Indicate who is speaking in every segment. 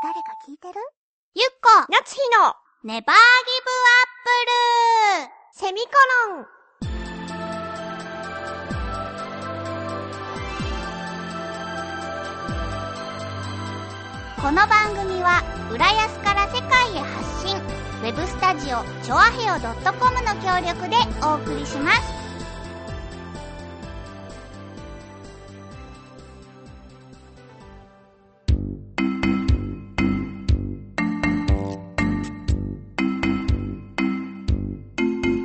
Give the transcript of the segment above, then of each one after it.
Speaker 1: 誰か聞いてる
Speaker 2: ゆっこ
Speaker 3: 夏日の
Speaker 2: ネバーギブアップルセミコロンこの番組は浦安から世界へ発信ウェブスタジオチョアヘオ .com の協力でお送りします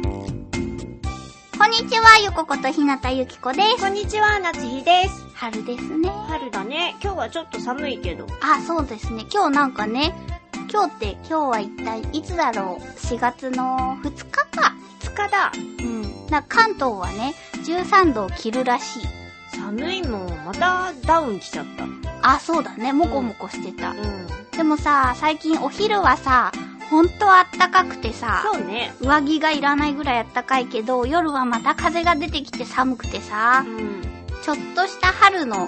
Speaker 2: こんにちはゆこことひなたゆきこです
Speaker 3: こんにちは夏日です
Speaker 2: 春ですね
Speaker 3: 春だね今日はちょっと寒いけど
Speaker 2: あ、そうですね。今日なんかね、今日って今日は一体いつだろう ?4 月の2日か。
Speaker 3: 2日だ
Speaker 2: うん。な関東はね、13度を切るらしい。
Speaker 3: 寒いもんまたダウン来ちゃったう
Speaker 2: あ、そうだね。もこもこしてた。
Speaker 3: ん
Speaker 2: でもさ、最近お昼はさ、ほんとあったかくてさ、
Speaker 3: そうね
Speaker 2: 上着がいらないぐらいあったかいけど、夜はまた風が出てきて寒くてさ
Speaker 3: う、ん
Speaker 2: ちょっとした春の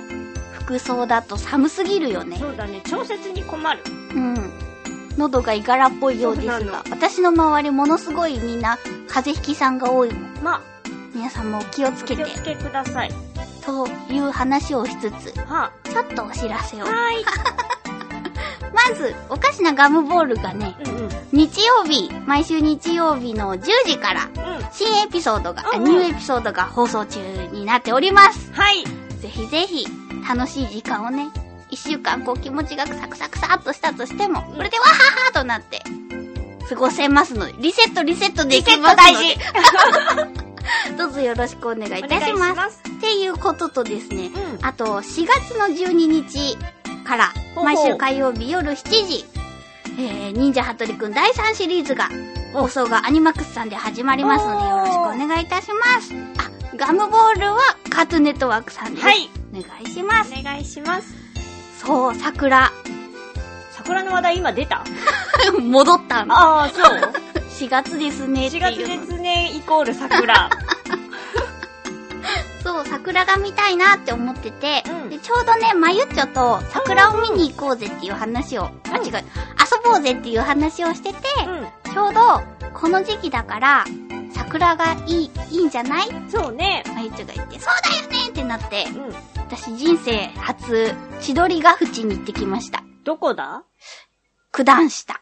Speaker 2: 服装だと寒すぎるよね。
Speaker 3: そうだね調節に困る
Speaker 2: うん。喉がいがらっぽいようです
Speaker 3: そうな
Speaker 2: が
Speaker 3: の、
Speaker 2: 私の周りものすごいみんな風邪ひきさんが多いもん。
Speaker 3: まあ
Speaker 2: 皆さんもお気を
Speaker 3: お
Speaker 2: つ
Speaker 3: 気
Speaker 2: けて
Speaker 3: を、つけください
Speaker 2: という話をしつつ、
Speaker 3: は
Speaker 2: ちょっとお知らせを。
Speaker 3: あは
Speaker 2: まず、おかしなガムボールがね、
Speaker 3: ーいうんうんうん
Speaker 2: 日曜日、毎週日曜日の10時から、新エピソードが、あ
Speaker 3: うん
Speaker 2: ニューエピソードが放送中になっております。
Speaker 3: はい
Speaker 2: ぜひぜひ、楽しい時間をね、一週間こう気持ちがサクサクサっとしたとしても、これでわははとなって、過ごせますので、リセットリセットで
Speaker 3: リセ
Speaker 2: き
Speaker 3: ット
Speaker 2: ます
Speaker 3: 大
Speaker 2: の
Speaker 3: 事
Speaker 2: で、どうぞよろしくお願いい
Speaker 3: お
Speaker 2: た
Speaker 3: 願
Speaker 2: し
Speaker 3: いし
Speaker 2: ます。
Speaker 3: ます
Speaker 2: っていうこととですね、
Speaker 3: うん
Speaker 2: あと、4月の12日から、
Speaker 3: ほうほう
Speaker 2: 毎週火曜日夜7時、えー、忍者ハットリくん第3シリーズが、放送がアニマックスさんで始まりますので、よろしくお願いいたします。あ、ガムボールはカートゥーンネットワークさんです。
Speaker 3: はい
Speaker 2: お願いします。
Speaker 3: お願いします
Speaker 2: そう、桜、
Speaker 3: 桜の話題今出た
Speaker 2: 戻ったの。
Speaker 3: ああそう
Speaker 2: 4月ですねって
Speaker 3: 4
Speaker 2: いう。
Speaker 3: 月ですねイコール 桜
Speaker 2: そう、桜が見たいなって思ってて、
Speaker 3: うん
Speaker 2: でちょうどね、まゆっちょと桜を見に行こうぜっていう話を、あ、違う、遊ぼうぜっていう話をしてて、
Speaker 3: う
Speaker 2: ちょうどこの時期だから、桜がいい、いいんじゃない
Speaker 3: んそうね
Speaker 2: まゆっちょが言って、そうだよねってなって
Speaker 3: う、ん
Speaker 2: 私人生初、千鳥ヶ淵に行ってきました。
Speaker 3: どこだ
Speaker 2: 九段下。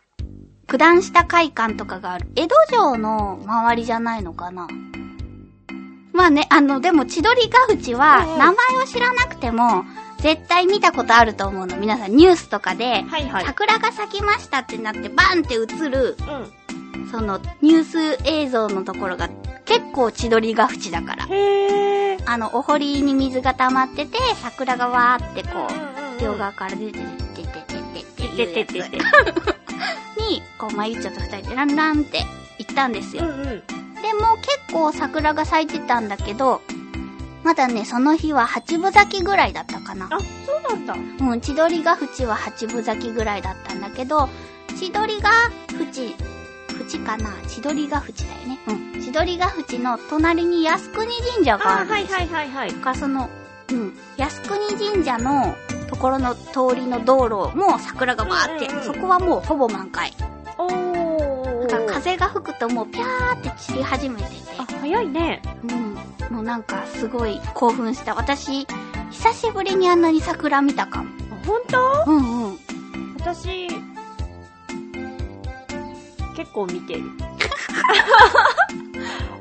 Speaker 2: 九段下会館とかがある。江戸城の周りじゃないのかなまあね、あの、でも千鳥ヶ淵は
Speaker 3: うんうん
Speaker 2: 名前を知らなくても、絶対見たことあると思うの。皆さんニュースとかで、
Speaker 3: はいはい
Speaker 2: 桜が咲きましたってなってバンって映る、
Speaker 3: う
Speaker 2: そのニュース映像のところが結構千鳥ヶ淵だから
Speaker 3: ん。へえ
Speaker 2: あの、お堀に水が溜まってて、桜がわーってこう、両
Speaker 3: ヨガ
Speaker 2: 側から出て出て出て出
Speaker 3: て
Speaker 2: て
Speaker 3: て
Speaker 2: 出
Speaker 3: て
Speaker 2: て
Speaker 3: て。
Speaker 2: に、こう、まゆっちょと二人でランランって行ったんです
Speaker 3: う
Speaker 2: よ。
Speaker 3: んうん。
Speaker 2: でも結構桜が咲いてたんだけど、まだね、その日は八分咲きぐらいだったかな。
Speaker 3: あ、そうだった。
Speaker 2: うん、千鳥ヶ淵は八分咲きぐらいだったんだけど、千鳥ヶ淵、淵かな千鳥ヶ淵だよね。うん。千鳥ヶ淵の隣に靖国神社があ
Speaker 3: あ
Speaker 2: るん
Speaker 3: ー、
Speaker 2: です
Speaker 3: は
Speaker 2: よ
Speaker 3: い。はいはいはい。
Speaker 2: かその、うん、靖国神社のところの通りの道路も桜がバーって、
Speaker 3: うんうんうん
Speaker 2: そこはもうほぼ満開。
Speaker 3: おー。
Speaker 2: なんか風が吹くともうピャーって散り始めてて、
Speaker 3: あ、早いね。
Speaker 2: うん、もうなんかすごい興奮した。私、久しぶりにあんなに桜見たかも。
Speaker 3: あ本当
Speaker 2: うんうん。
Speaker 3: 私、結構見てる。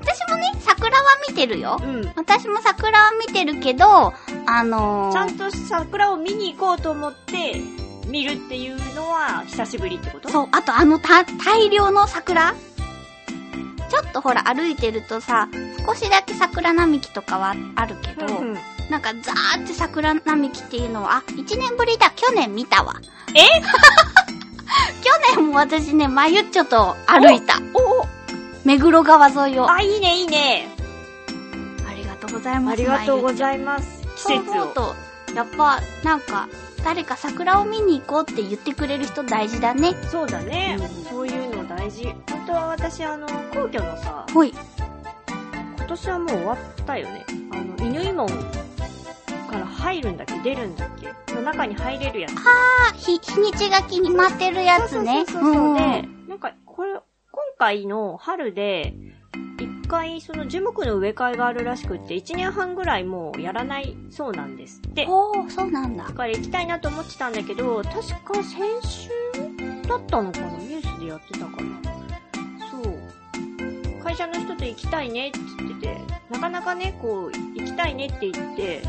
Speaker 2: 私もね、桜は見てるよ。
Speaker 3: うん。
Speaker 2: 私も桜は見てるけど、あの
Speaker 3: ちゃ
Speaker 2: ー、
Speaker 3: んと桜を見に行こうと思って、見るっていうのは久しぶりってことう。
Speaker 2: そう、あとあのた大量の桜ちょっとほら歩いてるとさ、少しだけ桜並木とかはあるけど、
Speaker 3: うんうん、
Speaker 2: なんかザーって桜並木っていうのは、あ、1年ぶりだ、去年見たわ。
Speaker 3: え
Speaker 2: 去年も私ね、まゆっちょと歩いた。
Speaker 3: おお
Speaker 2: 目黒川沿いを。あ
Speaker 3: あ、いいねいいね。
Speaker 2: りがとうございます。
Speaker 3: ありがとう
Speaker 2: まゆっ
Speaker 3: ございます。
Speaker 2: ちょ
Speaker 3: 季節
Speaker 2: そう思
Speaker 3: を
Speaker 2: う。と、やっぱ、なんか、誰か桜を見に行こうって言ってくれる人大事だね。
Speaker 3: そうだね、
Speaker 2: うん
Speaker 3: そういうの大事。本当は私、あの、皇居のさ、
Speaker 2: ほい。
Speaker 3: 今年はもう終わったよね。あの、犬門から入るんだっけ出るんだっけの中に入れるやつ
Speaker 2: 日、日にちが決まってるやつね。
Speaker 1: そうそうそうそう
Speaker 2: うん
Speaker 3: で、なんか、これ、今回の春で、一回、その樹木の植え替えがあるらしくって、一年半ぐらいもうやらないそうなんですって。
Speaker 2: おー、そうなんだ
Speaker 3: だ。から行きたいなと思ってたんだけど、確か先週だったのかなニュースでやってたかなそう。会社の人と行きたいねって言ってて、なかなかね、こう、行きたいねって言って、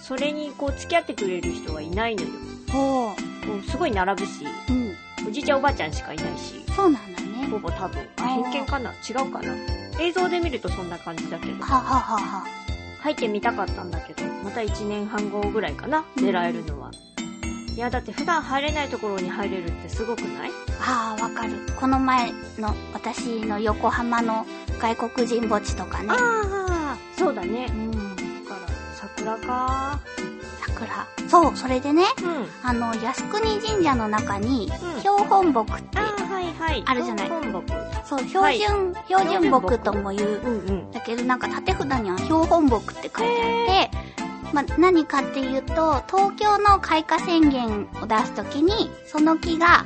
Speaker 3: それにこう付き合ってくれる人がいないのよ。
Speaker 2: おー、
Speaker 3: もうすごい並ぶし、
Speaker 2: うん。
Speaker 3: おじいちゃんおばあちゃんしかいないし、
Speaker 2: そうなんだね。
Speaker 3: ほぼ多分。あ
Speaker 2: うん
Speaker 3: 偏見かな違うかな映像で見るとそんな感じだけど。
Speaker 2: はははは。
Speaker 3: 入ってみたかったんだけど、また1年半後ぐらいかな、
Speaker 2: うん
Speaker 3: 狙えるのは。いや、だって普段入れないところに入れるってすごくない
Speaker 2: ああ、わかる。この前の私の横浜の外国人墓地とかね。
Speaker 3: ああ、そうだね
Speaker 2: う。ん。
Speaker 3: だから、桜か
Speaker 2: 桜。そう、それでね、
Speaker 3: うん。うん。
Speaker 2: あの、靖国神社の中に、
Speaker 3: あ
Speaker 2: 標本木って、
Speaker 3: あ、はいはい。
Speaker 2: あるじゃない
Speaker 3: 本木。
Speaker 2: そう、標準、標準木とも言う。
Speaker 3: うんうん。
Speaker 2: だけどなんか縦札には標本木って書いてあって、まあ、何かっていうと、東京の開花宣言を出すときに、その木が、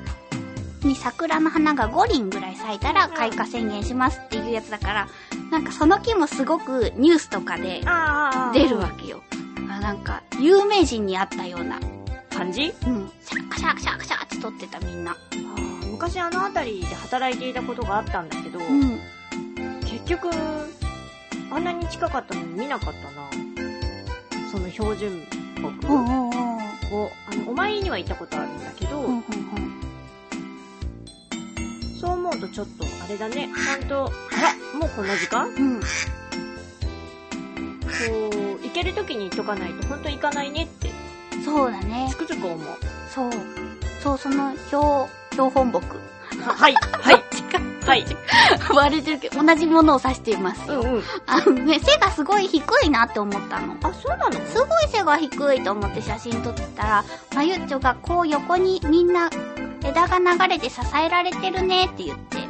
Speaker 2: に桜の花が5輪ぐらい咲いたら
Speaker 3: うん
Speaker 2: 開花宣言しますっていうやつだから、なんかその木もすごくニュースとかで
Speaker 3: ああ、
Speaker 2: 出るわ。けよ。あなんか、有名人に会ったような。
Speaker 3: 感じ
Speaker 2: うん。シャカシャカシャカシャカって撮ってたみんな。
Speaker 3: あー昔あの辺りで働いていたことがあったんだけど、
Speaker 2: うん。
Speaker 3: 結局、あんなに近かったのに見なかったな。その標準木。
Speaker 2: うんうんうん。
Speaker 3: を、あの、お参りには行ったことあるんだけど、
Speaker 2: うんうんうん。
Speaker 3: そう思うとちょっと、あれだ ね、ちゃんと、あら、もうこんな時間こ
Speaker 2: うん。
Speaker 3: う、行ける時に行っとかないと、ほんと行かないねって、
Speaker 2: そうだね
Speaker 3: つ。くづく思う。
Speaker 2: そう。そう、その標、標本木。
Speaker 3: は、はい、 はい、はい。
Speaker 2: 割れてるけど、同じものを指しています
Speaker 3: う
Speaker 2: よ。
Speaker 3: んうん。
Speaker 2: あのね、背がすごい低いなって思ったの。
Speaker 3: あ、そうなの
Speaker 2: すごい背が低いと思って写真撮ってたら、まゆっちょがこう横にみんな枝が流れて支えられてるねって言って、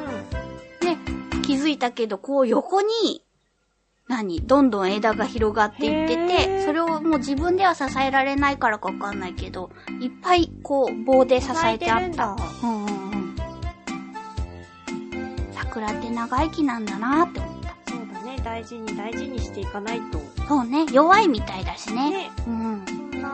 Speaker 2: 気づいたけど、こう横に、何どんどん枝が広がっていって
Speaker 3: へ
Speaker 2: て、
Speaker 3: ー
Speaker 2: それをもう自分では支えられないからかわかんないけど、いっぱいこう棒で支えてあ
Speaker 3: る
Speaker 2: っ
Speaker 3: ん
Speaker 2: た
Speaker 3: だ。。
Speaker 2: うんうんうん。桜って長生きなんだなって思った。
Speaker 3: そうだね、大事に大事にしていかないと。
Speaker 2: そうね、弱いみたいだしね。
Speaker 3: ね、
Speaker 2: うん。
Speaker 3: そんな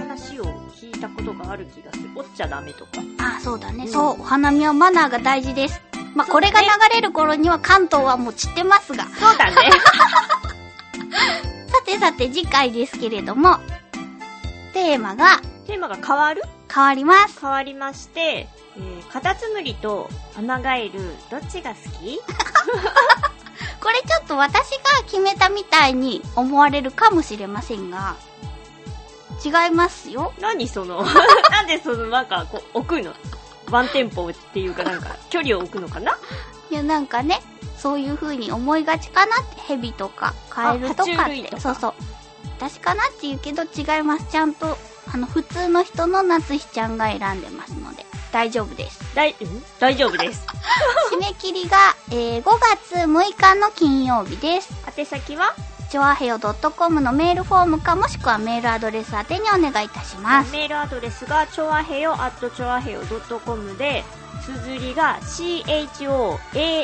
Speaker 3: 話を聞いたことがある気がする。折っちゃダメとか。
Speaker 2: ああ、そうだね。
Speaker 3: うん
Speaker 2: そう、お花見はマナーが大事です。まあ、
Speaker 3: そ
Speaker 2: こ
Speaker 3: うね
Speaker 2: れが流れる頃には関東はもう散ってますが。
Speaker 3: そうだね。
Speaker 2: さてさて次回ですけれども、テーマが
Speaker 3: テーマが変わる
Speaker 2: 変わります。
Speaker 3: 変わりまして、えー、カタツムリとアマガエル、どっちが好き
Speaker 2: これちょっと私が決めたみたいに思われるかもしれませんが、違いますよ。
Speaker 3: 何そ の、なんでそのなんかこう置くのワンテンポっていうかなんか距離を置くのかない
Speaker 2: や、なんかね、そういう風に思いがちかなって、蛇とか、カエルと
Speaker 3: あ
Speaker 2: か
Speaker 3: 爬虫
Speaker 2: っ
Speaker 3: 類
Speaker 2: て
Speaker 3: と、か
Speaker 2: そうそう。私かなって言うけど違います。ちゃんと、あの、普通の人の夏日ちゃんが選んでますので、大丈夫 です。
Speaker 3: 大ん大丈夫です。
Speaker 2: 締め切りが、えー5月6日の金曜日です。
Speaker 3: 宛先は
Speaker 2: ジョアヘヨ .com のメールフォームか、もしくはメールアドレス宛てにお願いいたします。
Speaker 3: メールアドレスがちょわへよ at ちょわへよ .com で、綴りが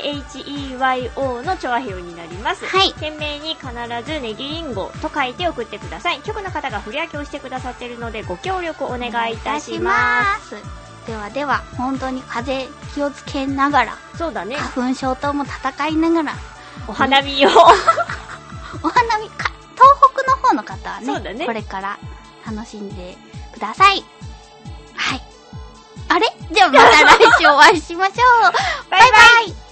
Speaker 3: CHOAHEYO のちょわへよになります。
Speaker 2: はい。
Speaker 3: 懸命に必ずネギリンゴと書いて送ってください。局の方が振り分けをしてくださっているのでご協力お願いいたします
Speaker 2: ではでは、本当に風邪気をつけながら、
Speaker 3: す。そうだね。
Speaker 2: 花粉症とも戦いながら、
Speaker 3: お花 見を。
Speaker 2: お花見か、東北の方の方は
Speaker 3: そう
Speaker 2: ね、
Speaker 3: だね
Speaker 2: これから楽しんでください。 はい。あれじゃあまた来週お会いしましょう。
Speaker 3: バイバイ
Speaker 2: バイバイ